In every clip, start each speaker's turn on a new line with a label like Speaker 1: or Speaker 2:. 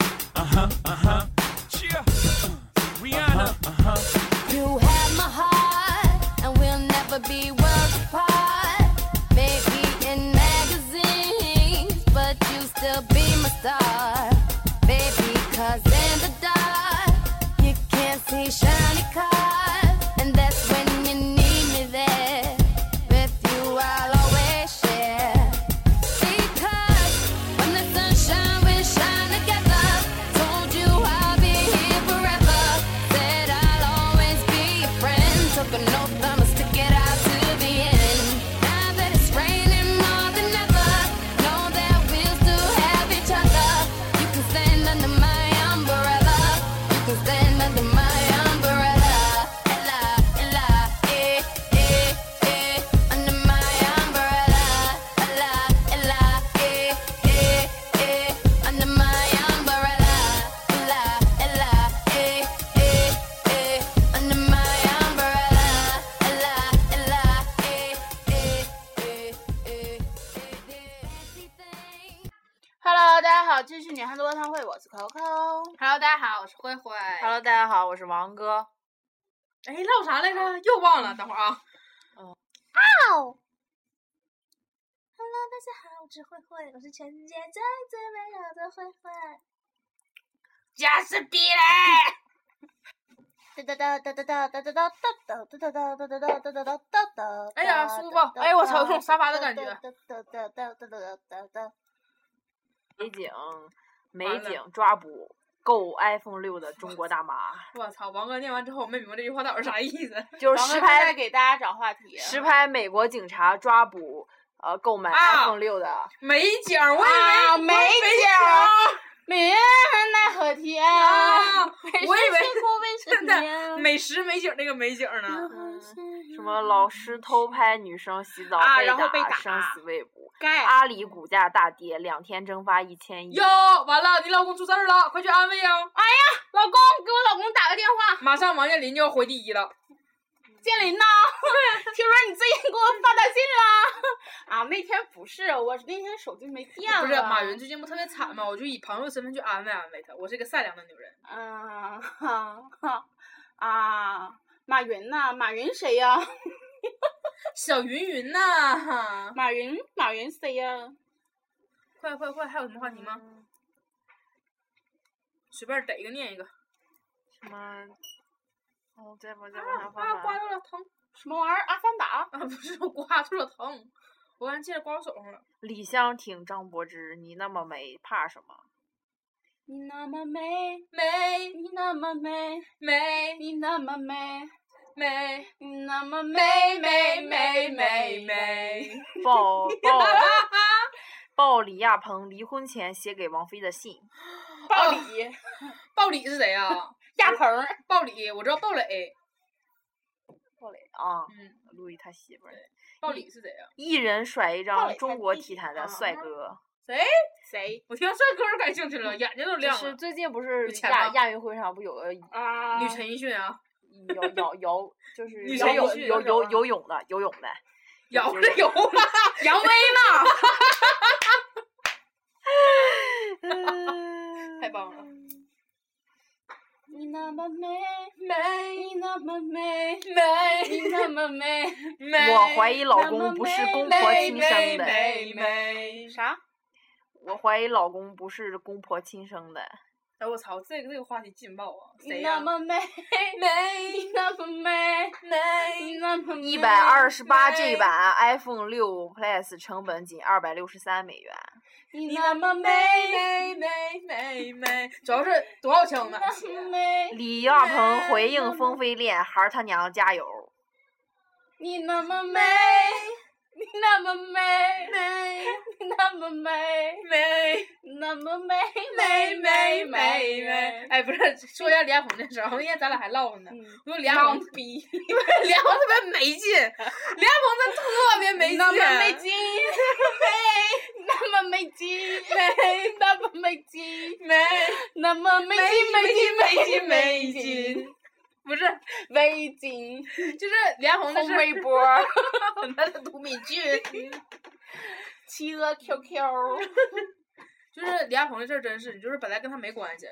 Speaker 1: huh, uh huh. Cheer. Rihanna, uh huh.
Speaker 2: You have my heart, and we'll never be worlds apart. Maybe in magazines, but you still be my star. Baby, cause in the dark, you can't see shiny cars. And that's when you need me there. With you, I'll always share. Because when the sunshine, we shine together. Told you I'll be here forever. Said I'll always be your friend. Took an oath, I'ma stick it out to the end. Now that it's raining more than ever, know that we'll still have each other. You can stand under my umbrella. You can stand under my umbrella. Ella, Ella, eh, eh, eh. Under my umbrella. Ella, Ella, eh, eh, eh. Under my umbrella. Ella, Ella, eh, eh, eh. Under my umbrella. Ella, Ella, eh, eh, eh, eh, eh.
Speaker 3: Hello，大家好，这是女汉子卧谈会，我是 Coco。
Speaker 4: Hello，大家好，我是慧慧。
Speaker 3: Hello，大家好，我是王哥。
Speaker 4: 哎，唠啥来着？又忘了，等会儿啊。
Speaker 3: Hello，
Speaker 5: 大家好，我是慧慧，我是全世界最最美好的慧慧。
Speaker 4: 加斯比嘞！
Speaker 5: 哒哒哒哒哒哒哒哒哒哒哒哒哒哒哒哒哒哒哒哒。
Speaker 4: 哎呀舒服哎我操有种沙发的感觉
Speaker 5: 哒哒哒哒哒哒哒哒。
Speaker 3: 美景，美
Speaker 4: 完了
Speaker 3: 景抓捕购 iPhone 六的中国大 妈，
Speaker 4: 我操，王哥念完之后，我没明白这句话到底是啥意思。
Speaker 3: 就是
Speaker 4: 王
Speaker 3: 实
Speaker 4: 哥
Speaker 3: 拍
Speaker 4: 在给大家找话题
Speaker 3: 实拍美国警察抓捕呃购买
Speaker 4: 啊
Speaker 3: iPhone 六的，
Speaker 4: 美景儿，我以为、
Speaker 3: 啊
Speaker 4: 我以为
Speaker 3: 美景
Speaker 4: 景
Speaker 3: 儿
Speaker 4: 美人奈何天啊！我以为真的美食美景儿那个美景儿呢。
Speaker 3: 什么老师偷拍女生洗澡
Speaker 4: 啊
Speaker 3: 被
Speaker 4: 然后被打
Speaker 3: 生死未卜，
Speaker 4: 该
Speaker 3: 阿里股价大跌，两天蒸发一千亿
Speaker 4: 哟。，完了，你老公出事儿了，快去安慰啊！哎呀，老公，给我老公打个电话。马上王健林就要回第一了。
Speaker 6: 建林 呐，听说你最近给我发短信啦？啊，那天不是，我那天手机没电了。
Speaker 4: 不是马云最近不特别惨吗？我就以朋友身份去安慰安慰他，我是一个善良的女人。
Speaker 6: 啊哈哈啊，马云呐、马云谁呀、
Speaker 4: 小云云呐、
Speaker 6: 马云，马云谁呀、
Speaker 4: 快快快，还有什么话题吗？
Speaker 3: 嗯
Speaker 4: 随便逮一个念一个。
Speaker 3: 什么？哦，再往再往
Speaker 4: 啊
Speaker 3: 上翻
Speaker 4: 啊！
Speaker 3: 翻
Speaker 4: 刮。到了疼
Speaker 6: 什么玩意儿？阿凡达？
Speaker 4: 啊！不是我刮到了疼，我刚才接着刮我手上了。
Speaker 3: 李湘挺张柏芝，你那么美，怕什么？
Speaker 6: 你那么美，
Speaker 4: 美
Speaker 6: 你那么美，
Speaker 4: 美
Speaker 6: 你那么美，
Speaker 4: 美
Speaker 6: 你那么
Speaker 4: 美美
Speaker 6: 美美
Speaker 4: 美
Speaker 6: 美
Speaker 4: 美
Speaker 6: 美美。
Speaker 4: 美。
Speaker 3: 鲍鲍鲍李亚鹏离婚前写给王菲的信，
Speaker 6: 鲍
Speaker 4: 哦
Speaker 6: 里，
Speaker 4: 鲍里是谁啊？
Speaker 6: 亚鹏儿，
Speaker 4: 鲍里，我知道鲍磊。
Speaker 3: 啊，
Speaker 4: 嗯，
Speaker 3: 路易他媳妇儿，
Speaker 4: 鲍里是谁啊？
Speaker 3: 一人甩一
Speaker 6: 鲍
Speaker 3: 张
Speaker 6: 里
Speaker 3: 中
Speaker 6: 他
Speaker 3: 国
Speaker 6: 弟
Speaker 3: 体
Speaker 6: 弟
Speaker 3: 坛的
Speaker 6: 啊
Speaker 3: 帅 哥。
Speaker 4: 谁？
Speaker 6: 谁
Speaker 4: 我听到帅哥都感兴趣了，眼睛都
Speaker 3: 就
Speaker 4: 亮
Speaker 3: 是
Speaker 4: 了。
Speaker 3: 最近不是
Speaker 4: 有钱
Speaker 3: 亚
Speaker 4: 吗
Speaker 3: 亚运会上不有个
Speaker 6: 啊？
Speaker 4: 女陈奕迅啊，
Speaker 3: 摇摇摇，就是
Speaker 4: 女
Speaker 3: 摇
Speaker 4: 神游
Speaker 3: 滚
Speaker 4: 戏
Speaker 3: 游
Speaker 4: 那种
Speaker 3: 游
Speaker 4: 啊
Speaker 3: 游泳的游泳的，
Speaker 4: 摇着摇啊，
Speaker 6: 杨威嘛？
Speaker 4: 太棒了！
Speaker 6: 你那么美，
Speaker 4: 美
Speaker 6: 你那么美，
Speaker 4: 美
Speaker 6: 你那么美。
Speaker 4: 美。
Speaker 3: 我怀疑老
Speaker 6: 那
Speaker 3: 公
Speaker 6: 么
Speaker 3: 不是
Speaker 6: 美
Speaker 3: 公婆
Speaker 4: 美
Speaker 3: 亲生
Speaker 4: 美
Speaker 3: 的，
Speaker 4: 美美。
Speaker 6: 啥？
Speaker 3: 我怀疑老公不是公婆亲生的。
Speaker 4: 哎，我操，这个这个话题劲爆啊！谁
Speaker 6: 你
Speaker 4: 呀、
Speaker 6: 那么美，
Speaker 4: 美
Speaker 6: 你那么美，
Speaker 4: 美
Speaker 6: 你那么美。
Speaker 3: 一百二十八 G 版 iPhone 六 Plus 成本仅二百六十三美元。
Speaker 6: 你那么美，
Speaker 4: 美美美美，主要是多少枪
Speaker 6: 你
Speaker 4: 买
Speaker 6: 那
Speaker 4: 鞋？
Speaker 6: 么美，
Speaker 3: 李亚鹏回应风飞恋，孩儿他娘加油！
Speaker 6: 你那么美，你那么美，美，你那么美，
Speaker 4: 美
Speaker 6: 你那么美，
Speaker 4: 美美美
Speaker 6: 美
Speaker 4: 美！。哎，不是，说一下李亚鹏的事儿。那天咱俩还唠呢，
Speaker 6: 嗯
Speaker 4: 我说李亚鹏逼，因为 李亚鹏特别没劲，李亚鹏他特别没劲，啊
Speaker 6: 那么 美金，美，那么美金，美，那么美金，
Speaker 4: 美
Speaker 6: 那么美金，美金，
Speaker 4: 美
Speaker 6: 美
Speaker 4: 金美
Speaker 6: 金，美
Speaker 4: 金
Speaker 6: 金，，
Speaker 4: 不是，
Speaker 6: 美金，
Speaker 4: 就是李亚鹏的
Speaker 6: 红
Speaker 4: 事儿
Speaker 6: 微博，
Speaker 4: 他的毒敏 俊。
Speaker 6: 企鹅 QQ，
Speaker 4: 就是李亚鹏这事儿，真是，就是本来跟他没关系，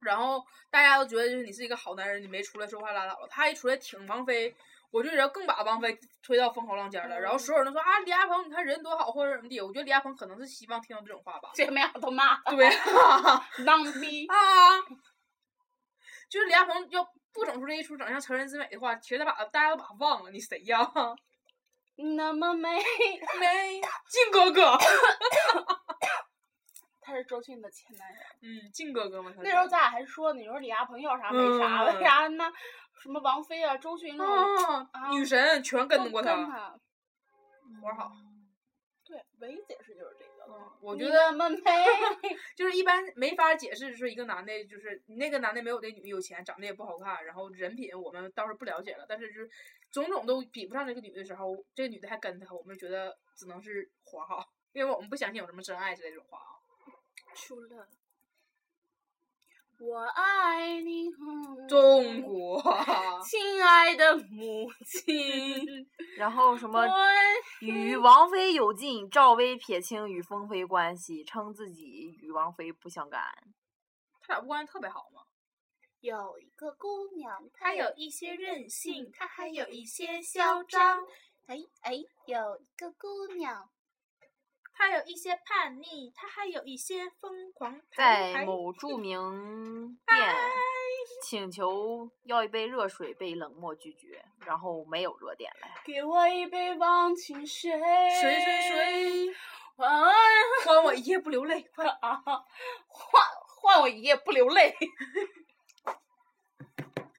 Speaker 4: 然后大家都觉得就是你是一个好男人，你没出来说话拉倒了。他一出来挺王菲，我这人更把王菲推到风口浪尖儿了。然后所有人都说啊，李亚鹏你看人多好，或者怎么地。我觉得李亚鹏可能是希望听到这种话吧。
Speaker 6: 这没俩都骂
Speaker 4: 对
Speaker 6: 浪逼。
Speaker 4: 啊，就是李亚鹏要不整出这一出整像成人之美的话，其实他把大家都把他忘了，你谁呀？
Speaker 6: 那么美，
Speaker 4: 没 靖哥哥，
Speaker 6: 他是周迅的前男友。
Speaker 4: 嗯，靖哥哥嘛，他
Speaker 6: 那
Speaker 4: 是
Speaker 6: 时候咱俩还说呢，你说李亚鹏要啥没啥，
Speaker 4: 嗯
Speaker 6: 为啥那什么王菲啊、周迅那种
Speaker 4: 啊，女神全
Speaker 6: 都
Speaker 4: 跟过
Speaker 6: 他，
Speaker 4: 他，活好。
Speaker 6: 对，唯一解释就是这个。
Speaker 4: 我
Speaker 6: 嗯你
Speaker 4: 觉得
Speaker 6: 那么美，
Speaker 4: 就是一般没法解释，说一个男的，就是你那个男的没有这女的有钱，长得也不好看，然后人品我们倒是不了解了，但是就是种种都比不上这个女的时候，这个女的还跟他，我们觉得只能是活好，因为我们不相信有什么真爱之类这种话啊。
Speaker 6: 除了我爱你，嗯
Speaker 4: 中国，
Speaker 6: 亲爱的母亲，
Speaker 3: 然后什么
Speaker 6: 我
Speaker 3: 与王菲有近，赵薇撇清与风妃关系，称自己与王菲不相干。
Speaker 4: 他俩不关系特别好吗？
Speaker 5: 有一个姑娘，
Speaker 6: 她有
Speaker 5: 一些任性，她还有一些
Speaker 6: 嚣张。
Speaker 5: 哎哎，有一个姑娘，
Speaker 4: 他有一些叛逆，他还有一些疯狂。
Speaker 3: 在某著名店请求要一杯热水，被冷漠拒绝，然后没有热点了。
Speaker 6: 给我一杯忘情水，
Speaker 4: 谁谁谁，
Speaker 6: 晚安
Speaker 4: 换我一夜不流泪，快！
Speaker 6: 啊，换换我一夜不流泪。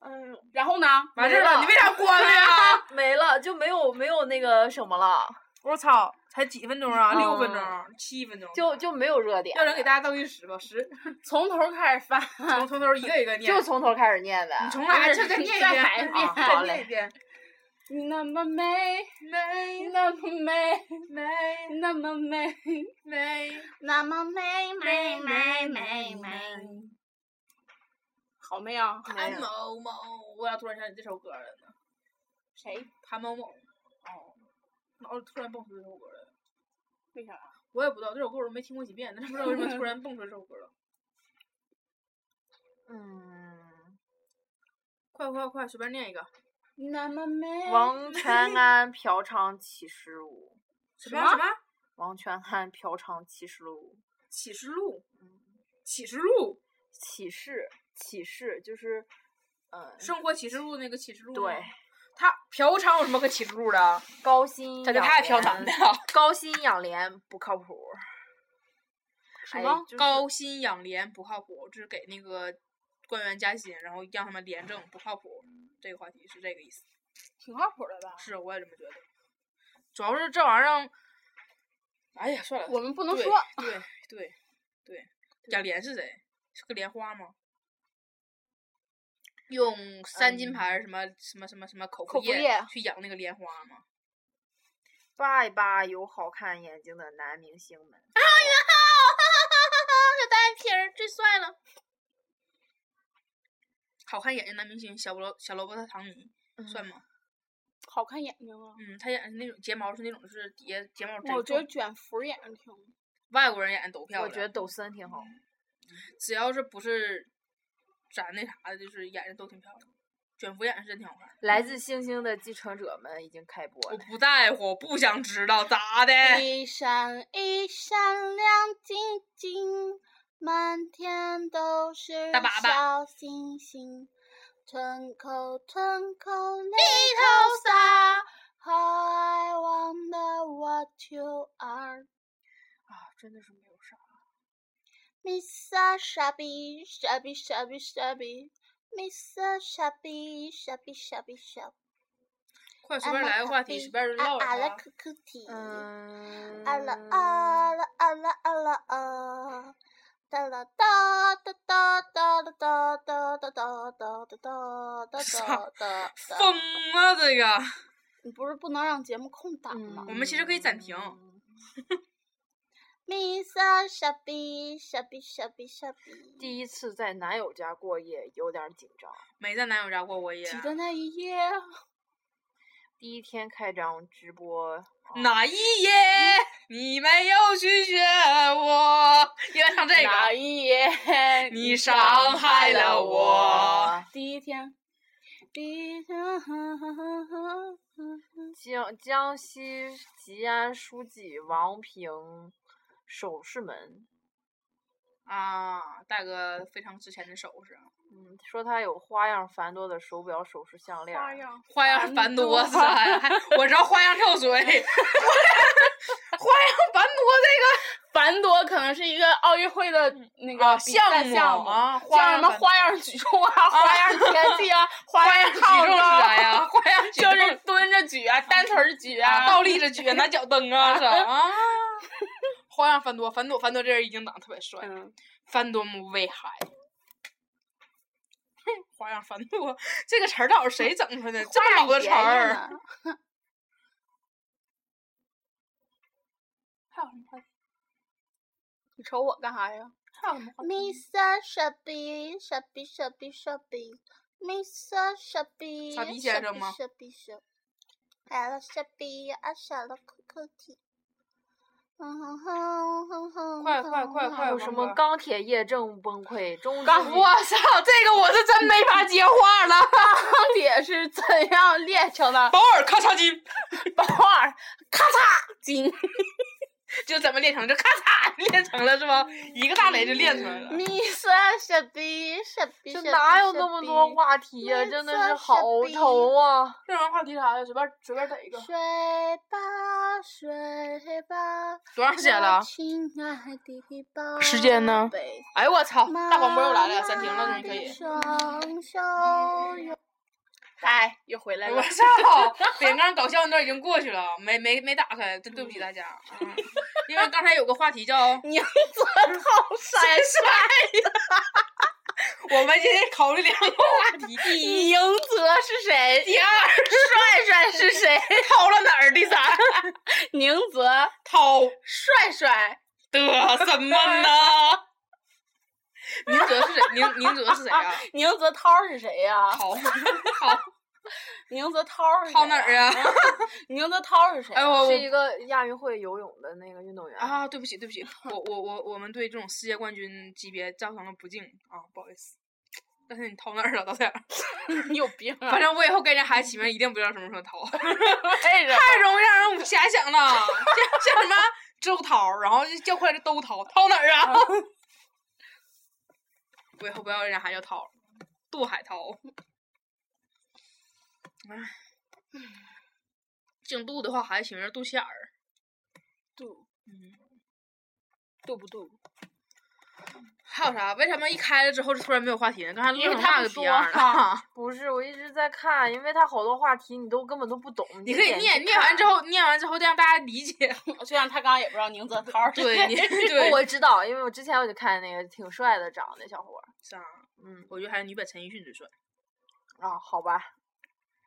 Speaker 6: 嗯，然后呢？
Speaker 4: 完事儿了，你为啥关了呀？
Speaker 3: 没了，就没有没有那个什么了，
Speaker 4: 我操，才几分钟啊？六分钟
Speaker 3: 嗯，
Speaker 4: 七分钟，
Speaker 3: 就就没有热点
Speaker 4: 要不然给
Speaker 3: 了，
Speaker 4: 大家倒计时吧， 十，
Speaker 6: 从头开始翻。
Speaker 4: 从从头一个一个念。啊
Speaker 3: 就从头开始念呗。嗯
Speaker 4: 你从哪儿？再
Speaker 6: 不是
Speaker 4: 再念一
Speaker 6: 再
Speaker 4: 遍，
Speaker 6: 来一遍
Speaker 4: 啊好嘞，
Speaker 3: 再
Speaker 4: 念一遍。
Speaker 6: 你那么美，
Speaker 4: 没
Speaker 6: 那么美，
Speaker 4: 没
Speaker 6: 那么美，
Speaker 4: 没，
Speaker 5: 那么美美美
Speaker 4: 哎
Speaker 5: 美美。
Speaker 6: 好美啊！
Speaker 3: 没有
Speaker 4: 某某，我咋突然想起这首歌了呢？
Speaker 6: 谁？
Speaker 4: 谭某某，哦，脑子突然蹦出这首歌来了。
Speaker 6: 为啥？
Speaker 4: 我也不知道这首歌我都没听过几遍，但是不知道为什么突然蹦出这首歌了。
Speaker 3: 嗯，
Speaker 4: 快快快，随便念一个。
Speaker 6: 那么美。哎
Speaker 3: 王全安嫖娼启示录，
Speaker 4: 什
Speaker 6: 么
Speaker 4: 什么？
Speaker 3: 王全安嫖娼启示录，
Speaker 4: 启示录？启示录？
Speaker 3: 启示启示就是，嗯，
Speaker 4: 生活启示录那个启示录？
Speaker 3: 对，，
Speaker 4: 他嫖娼有什么可启示录的？
Speaker 3: 高薪
Speaker 4: 这就
Speaker 3: 养
Speaker 4: 太嫖娼
Speaker 3: 廉
Speaker 4: 了。
Speaker 3: 高薪养廉不靠谱。
Speaker 4: 什
Speaker 3: 哎
Speaker 4: 么、
Speaker 3: 就是
Speaker 4: 高薪养廉不靠谱？就是给那个官员加薪，然后让他们廉政不靠谱。这个话题是这个意思。
Speaker 6: 挺靠谱的吧？
Speaker 4: 是，我也这么觉得。主要是这玩意儿让，哎呀，算了，
Speaker 6: 我们不能
Speaker 4: 对
Speaker 6: 说。
Speaker 4: 对对对，养廉是谁？是个莲花吗？用三金牌什么、什么什么什么嗯口
Speaker 6: 口
Speaker 4: 服
Speaker 6: 服液
Speaker 4: 去养那个莲花吗？
Speaker 3: 扒一扒有好看眼睛的男明星们，
Speaker 6: 小单皮儿最帅了。
Speaker 4: 好看眼睛男明星小萝小萝卜特唐尼、
Speaker 6: 嗯
Speaker 4: 算吗？
Speaker 6: 好看眼睛啊！
Speaker 4: 嗯，他眼睛那种睫毛是那种就是底下睫毛
Speaker 6: 我
Speaker 4: 真
Speaker 6: 觉得
Speaker 4: 重
Speaker 6: 卷福眼睛挺
Speaker 4: 外国人眼睛都漂亮。嗯
Speaker 3: 我觉得抖森挺好。
Speaker 4: 只要是不是咱那啥的，就是眼睛都挺漂亮的。卷福眼睛真挺好看的，
Speaker 3: 来自星星的继承者们已经开播
Speaker 4: 我
Speaker 3: 了，
Speaker 4: 不在乎，我不想知道咋的。
Speaker 5: 一闪一闪亮晶晶，满天都是
Speaker 4: 大粑粑
Speaker 5: 小星星，村口村口里头撒，How I wonder what you are。
Speaker 3: 啊，真的是没有啥。
Speaker 5: Miss a 傻逼傻逼傻逼傻逼，Miss a 傻逼傻逼傻逼傻逼。
Speaker 4: 快
Speaker 6: 哎
Speaker 4: 随便来个话题，随便唠
Speaker 5: 啊
Speaker 4: 点
Speaker 5: 了
Speaker 4: 啥。
Speaker 5: 可可体。
Speaker 3: 嗯，
Speaker 5: 啊啦啊啦啊啦啊啦啊！哒啦哒哒哒哒啦哒哒哒哒哒哒哒哒哒哒。
Speaker 4: 疯啊！这个
Speaker 6: 你不是不能让节目空档
Speaker 3: 嗯
Speaker 6: 吗？
Speaker 4: 我们其实可以暂停
Speaker 5: 米莎傻逼傻逼傻逼傻逼。
Speaker 3: 第一次在男友家过夜有点紧张，
Speaker 4: 啊没在男友家过过夜，
Speaker 6: 哦挤在那一夜，
Speaker 3: 第一天开张直播，
Speaker 4: 哪一夜
Speaker 6: 嗯
Speaker 4: 你没有拒绝我？应该唱这
Speaker 6: 哪
Speaker 4: 个。
Speaker 6: 一夜
Speaker 4: 你伤害了我。
Speaker 6: 第一天，第一天，
Speaker 3: 江江西吉安书记王平首饰门，
Speaker 4: 啊，戴个非常值钱的首饰，
Speaker 3: 嗯，说他有花样繁多的手表、首饰、项链儿。
Speaker 6: 样
Speaker 4: 花样繁
Speaker 6: 繁
Speaker 4: 多，
Speaker 6: 多
Speaker 4: 塞还我知道花样 跳水，花样花样繁多
Speaker 6: 繁多可能是一个奥运会的那
Speaker 4: 这
Speaker 6: 个
Speaker 4: 个啊
Speaker 6: 比赛
Speaker 4: 项
Speaker 6: 项
Speaker 4: 目
Speaker 6: 目，
Speaker 4: 啊，
Speaker 6: 像
Speaker 4: 花
Speaker 6: 什
Speaker 4: 样
Speaker 6: 么
Speaker 4: 繁
Speaker 6: 花样举重啊、花样田径啊、花
Speaker 4: 花样
Speaker 6: 样
Speaker 4: 举
Speaker 6: 套
Speaker 4: 重啊
Speaker 6: 路
Speaker 4: 是啥呀？花样举
Speaker 6: 就
Speaker 4: 重
Speaker 6: 是蹲着举啊，单腿儿举
Speaker 4: 啊，
Speaker 6: 啊，
Speaker 4: 倒立着 举，拿脚蹬啊，是啊。花样繁多，繁多，繁多，这人已经长得特别帅，
Speaker 6: 嗯，
Speaker 4: 繁多么威海。 花样繁多这个词儿到底是谁整出来的？这么老的 词
Speaker 6: 爷爷
Speaker 4: 儿
Speaker 6: 呢，还有什么话题？你瞅我干啥呀？还有什么话题？
Speaker 5: Misa 傻逼傻逼傻逼傻逼，Misa 傻逼
Speaker 4: 傻逼先生吗
Speaker 5: 傻逼傻逼傻逼，来了傻逼，爱上了可可体。哼哼哼哼哼，
Speaker 4: 快快快快
Speaker 3: 还有
Speaker 4: 王
Speaker 3: 什么
Speaker 4: 哥
Speaker 3: 钢铁业政崩溃， 中
Speaker 4: 刚
Speaker 3: 资
Speaker 4: 我操，这个我是真没法接话 了。
Speaker 6: 钢铁是怎样炼成 的？
Speaker 4: 保尔咔嚓 金
Speaker 6: 宝儿咔嚓金，
Speaker 4: 就怎么练成，就咔嚓练成了是吧？一个大雷就练出来了。
Speaker 5: 米莎傻逼傻逼，傻
Speaker 3: 这哪
Speaker 5: 逼
Speaker 3: 有
Speaker 5: 傻
Speaker 3: 那么
Speaker 5: 逼
Speaker 3: 多话题呀、
Speaker 5: 那
Speaker 3: 真的
Speaker 5: 算
Speaker 3: 是
Speaker 5: 是
Speaker 3: 好
Speaker 5: 比
Speaker 3: 愁啊！
Speaker 6: 正常话题啥的，随便随便逮一个
Speaker 5: 睡吧睡吧，
Speaker 4: 多长时间
Speaker 5: 我
Speaker 4: 了？
Speaker 5: 亲爱的宝
Speaker 4: 时间呢
Speaker 5: 贝
Speaker 4: 哎呦我操！大广播又来了，
Speaker 5: 妈
Speaker 4: 暂停了，
Speaker 5: 妈
Speaker 4: 终于可
Speaker 5: 的
Speaker 4: 以。
Speaker 5: 双手有
Speaker 6: 嗨，又回来
Speaker 4: 我
Speaker 6: 了。
Speaker 4: 操！点刚搞笑那段已经过去了，没没没打开，真对不起大 家。嗯因为刚才有个话题叫
Speaker 6: 宁泽涛山
Speaker 4: 我们今天考虑两个话题，第一、
Speaker 6: 宁泽是谁？
Speaker 4: 第二，
Speaker 6: 帅帅是谁？
Speaker 4: 掏了哪儿？第三，
Speaker 6: 宁泽
Speaker 4: 掏
Speaker 6: 帅帅
Speaker 4: 的什么呢？宁泽是谁？宁宁泽是谁啊？
Speaker 6: 宁泽涛是谁呀、
Speaker 4: 掏掏
Speaker 6: 宁泽涛是谁
Speaker 4: 掏哪儿
Speaker 6: 呀？
Speaker 4: 啊？
Speaker 6: 宁泽涛是谁？
Speaker 4: 哎我我
Speaker 3: 是一个亚运会游泳的那个运动员，
Speaker 4: 啊，对不起，对不起，我我我我们对这种世界冠军级别造成了不敬啊，不好意思。但是你掏哪儿了，导演？
Speaker 6: 你有 病啊
Speaker 4: 反！正我以后跟人孩子起名一定不知道什么时候 掏，
Speaker 6: 为什
Speaker 4: 太容易让人遐想了。像 像什么周涛，然后就叫回来都掏，掏哪儿啊？ 我以后不要让孩子叫涛，杜海涛。唉，姓杜的话，孩子起名儿嗯杜希尔。
Speaker 6: 度？度不度？
Speaker 4: 还有啥？为什么一开了之后就突然没有话题呢？刚才录
Speaker 6: 因为
Speaker 4: 成
Speaker 6: 他
Speaker 4: 那
Speaker 6: 不
Speaker 4: 个逼
Speaker 6: 说
Speaker 4: 样儿了
Speaker 6: 啊。
Speaker 3: 不是我一直在看，因为他好多话题你都根本都不懂。
Speaker 4: 你
Speaker 3: 就
Speaker 4: 可以
Speaker 3: 点进
Speaker 4: 念
Speaker 3: 去
Speaker 4: 念完
Speaker 3: 看哦
Speaker 4: 之，后，念完之后再让大家理解。
Speaker 6: 就像他刚刚也不知道宁泽涛 是
Speaker 4: 对，你
Speaker 6: 谁。
Speaker 4: 对
Speaker 3: 哦我知道，因为我之前我就看那个挺帅的长得小伙儿，
Speaker 4: 啥？
Speaker 3: 嗯
Speaker 4: 我觉得还是女版陈奕迅最帅。
Speaker 3: 啊，好吧，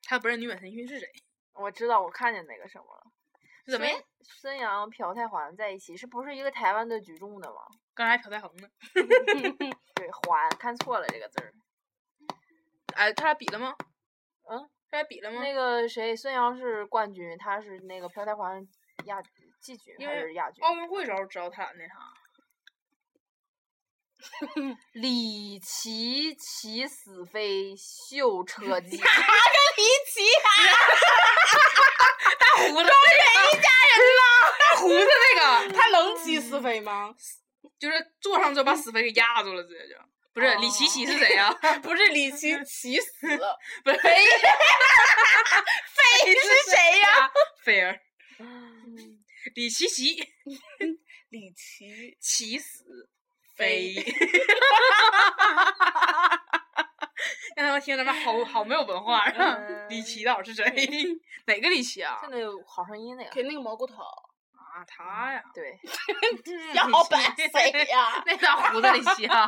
Speaker 4: 他不认女版陈奕迅是谁？
Speaker 3: 我知道，我看见那个什么了，
Speaker 4: 是怎么样
Speaker 3: 孙？孙杨、朴泰桓在一起，是不是一个台湾的举重的吗？
Speaker 4: 刚才朴泰恒呢？
Speaker 3: 对，桓看错了这个字儿。
Speaker 4: 哎，他俩比了吗？
Speaker 3: 嗯，
Speaker 4: 他俩比了吗？
Speaker 3: 那个谁，孙杨是冠军，他是那个朴泰桓亚季军
Speaker 4: 因
Speaker 3: 还
Speaker 4: 为
Speaker 3: 是亚军？
Speaker 4: 奥运会时候知道他俩那啥。
Speaker 3: 李琦起死飞 秀车技，
Speaker 4: 大胡子，都是一家 人了。大胡子那个，
Speaker 6: 他能起是非吗？
Speaker 4: 就是坐上之后把死飞给压住了，直接就。不是李琦琦是谁呀、
Speaker 6: 哦不是李琦起死，
Speaker 4: 不是， 飞
Speaker 6: 你是谁呀？
Speaker 4: 菲儿，李琦琦
Speaker 6: 李琦
Speaker 4: 起死
Speaker 6: 飞
Speaker 4: 飞。让他们听咱们好好没有文化
Speaker 6: 嗯
Speaker 4: 啊！李琦到底是 谁？哪个李琦啊？
Speaker 3: 就那个郝胜一那个。
Speaker 6: 给那个蘑菇头，
Speaker 4: 啊，他呀，
Speaker 3: 对，
Speaker 4: 嗯
Speaker 6: 要摆谁呀？
Speaker 4: 那大胡子李琦啊，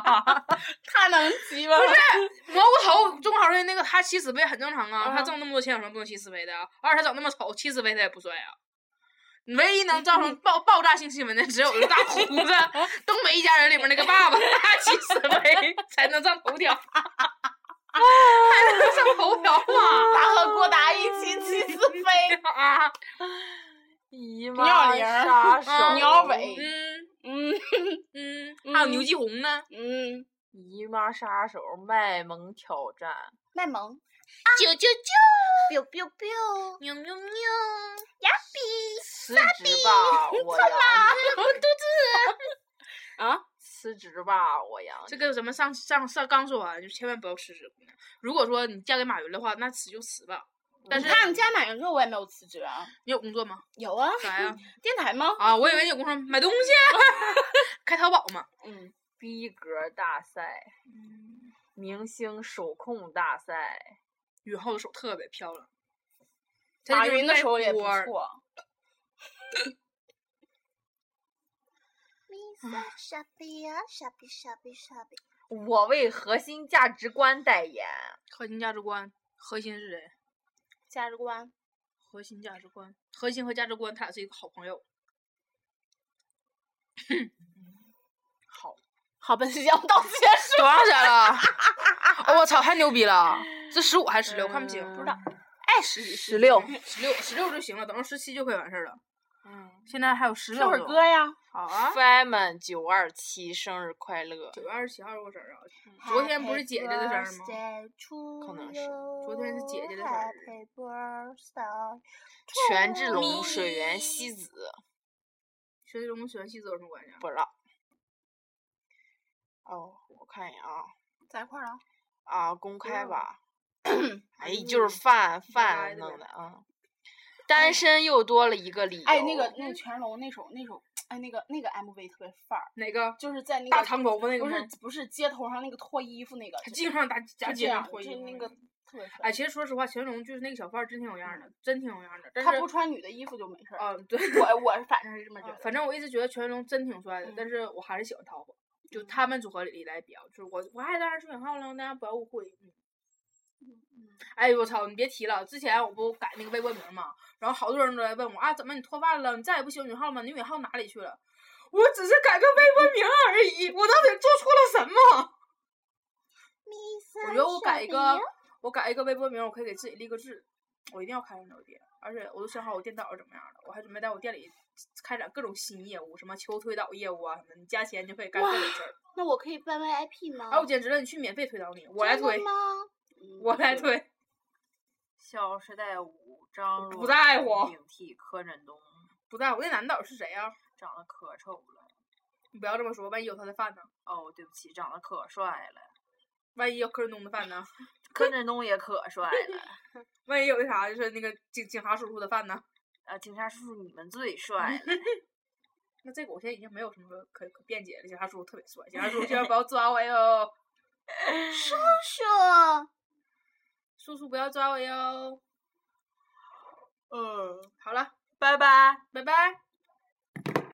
Speaker 6: 他能起吗？
Speaker 4: 蘑菇头中考生那个他起死飞很正常啊，
Speaker 6: 嗯
Speaker 4: 他挣那么多钱有什么不能起死飞的啊？二他长那么丑，起死飞他也不帅啊。唯一能造成爆爆炸性新闻的，只有大 胡子东北一家人里面那个爸爸，他起死飞才能上头条， 还能上头条啊！
Speaker 6: 他和郭达一起起死飞 啊，
Speaker 3: 姨
Speaker 6: 妙
Speaker 3: 妈
Speaker 6: 龄儿
Speaker 3: 杀
Speaker 6: 嗯
Speaker 3: 手，
Speaker 6: 鸟尾
Speaker 4: 嗯
Speaker 6: 嗯
Speaker 4: 嗯，还有牛继红呢，
Speaker 6: 嗯，
Speaker 3: 姨妈杀手卖萌挑战，
Speaker 6: 卖萌，
Speaker 5: 啾啾啾，biu biu biu，
Speaker 4: 喵喵喵，
Speaker 5: 呀比，
Speaker 3: 辞职吧，我养你！
Speaker 6: 啊，
Speaker 3: 辞职吧，我养
Speaker 4: 这
Speaker 3: 你！
Speaker 4: 个咱们上上上刚说完，就千万不要吃这姑娘。如果说你嫁给马云的话，那辞就辞吧。但
Speaker 6: 你
Speaker 4: 是
Speaker 6: 看加马云之后我也没有辞职啊，
Speaker 4: 你有工作吗？
Speaker 6: 有啊，
Speaker 4: 啥呀？
Speaker 6: 电台吗？
Speaker 4: 啊，我以为你有工作，买东西，啊 开淘宝嘛。
Speaker 6: 嗯，
Speaker 3: 逼格大赛，明星手控大赛，
Speaker 4: 雨后的手特别漂亮，这
Speaker 6: 马
Speaker 4: 就是
Speaker 6: 云的
Speaker 4: 卖
Speaker 6: 时候也不
Speaker 4: 窝儿
Speaker 6: 错。
Speaker 5: 咪呀傻逼呀傻逼傻逼傻逼，
Speaker 3: 我为核心价值观代言。
Speaker 4: 核心价值观，核心是谁？
Speaker 6: 价值观，
Speaker 4: 核心价值观，核心和价值观，他俩是一个好朋友。
Speaker 6: 好， 本期节目到此结束。
Speaker 4: 多长时间了？哦我操，太牛逼了！ 这十五还是十六？看不清，不知道。
Speaker 6: 哎，十
Speaker 3: 十六，
Speaker 4: 嗯十六十六就行了，等到十七就可以完事儿了。
Speaker 3: 嗯
Speaker 4: 现在还有十六。
Speaker 6: 唱会儿歌呀。
Speaker 4: 好啊。
Speaker 3: ，Femen 九二七生日快乐！
Speaker 4: 九月二十七号是我生日啊！
Speaker 6: 嗯
Speaker 4: 昨天不是姐姐的生日吗？
Speaker 5: 可
Speaker 3: 能是
Speaker 5: 昨
Speaker 4: 天是姐姐的生日。
Speaker 3: 权志龙、水原希子，
Speaker 4: 学习中跟学习子有什么关系啊？
Speaker 3: 不知道。哦，我看一眼啊
Speaker 6: 在一块儿啊？
Speaker 3: 啊，公开
Speaker 4: 道
Speaker 3: 吧。哎，
Speaker 4: 嗯
Speaker 3: 就是饭
Speaker 4: 来
Speaker 3: 饭
Speaker 4: 的
Speaker 3: 弄
Speaker 4: 呗
Speaker 3: 的啊。单身又多了哎一个理由。
Speaker 6: 哎，那
Speaker 5: 啊
Speaker 6: 个那个全龙那首那首，哎，那个那个 MV 特别范儿，
Speaker 4: 哪个？
Speaker 6: 就是在那个
Speaker 4: 大长头发那个
Speaker 6: 不
Speaker 4: 吗？
Speaker 6: 是不是街头上那个脱衣服那个，
Speaker 4: 他
Speaker 6: 就
Speaker 4: 经常打
Speaker 6: 就
Speaker 4: 假
Speaker 6: 这
Speaker 4: 姐
Speaker 6: 样，
Speaker 4: 脱衣
Speaker 6: 就
Speaker 4: 服
Speaker 6: 那个。特别帅。
Speaker 4: 哎，其实说实话，乾隆就是那个小范儿，真挺有样儿的，真挺有样儿的。但
Speaker 6: 嗯他不
Speaker 4: 是，
Speaker 6: 穿女的衣服就没事儿。
Speaker 4: 啊，对，
Speaker 6: 我我是反正是这么觉
Speaker 4: 啊
Speaker 6: 得。
Speaker 4: 反正我一直觉得乾隆真挺帅的
Speaker 6: 嗯，
Speaker 4: 但是我还是喜欢桃花。就他们组合里来比较，就是我我爱的二次元号了，大家不要误会。嗯
Speaker 6: 嗯
Speaker 4: 哎呦我操！你别提了，之前我不改那个微博名嘛，然后好多人都来问我啊，怎么你脱发了？你再也不喜欢女号了吗？你女号哪里去了？我只是改个微博名而已，我到底做错了什么？我觉得我改一个，我改一个微博名，我可以给自己立个志，我一定要开上手店，而且我都想好我店导是怎么样的，我还准备在我店里开展各种新业务，什么求推导业务啊什么的，你加钱就可以干各种事儿。
Speaker 6: 那我可以办 VIP 吗
Speaker 4: 哎、我简直了，你去免费推导你，我来推，
Speaker 6: 嗯
Speaker 4: 我来推，
Speaker 3: 《笑傲时代五》张
Speaker 4: 不
Speaker 3: 若
Speaker 4: 在
Speaker 3: 昀
Speaker 4: 乎
Speaker 3: 顶替柯震东，
Speaker 4: 不在乎那男导是谁啊？
Speaker 3: 长得可丑了。
Speaker 4: 你不要这么说，万一有他的饭呢？
Speaker 3: 哦，对不起，长得可帅了，
Speaker 4: 万一有柯震东的饭呢？
Speaker 3: 柯震东也可帅了。
Speaker 4: 万一有那啥，就是那个警警察叔叔的饭呢？
Speaker 3: 啊，警察叔叔你们最帅 了，
Speaker 4: 那这个我现在已经没有什么可可辩解了。警察叔叔特别帅，警察叔叔千万不要 抓我哟，
Speaker 5: 说
Speaker 4: 叔叔不要抓我哟。
Speaker 3: 嗯，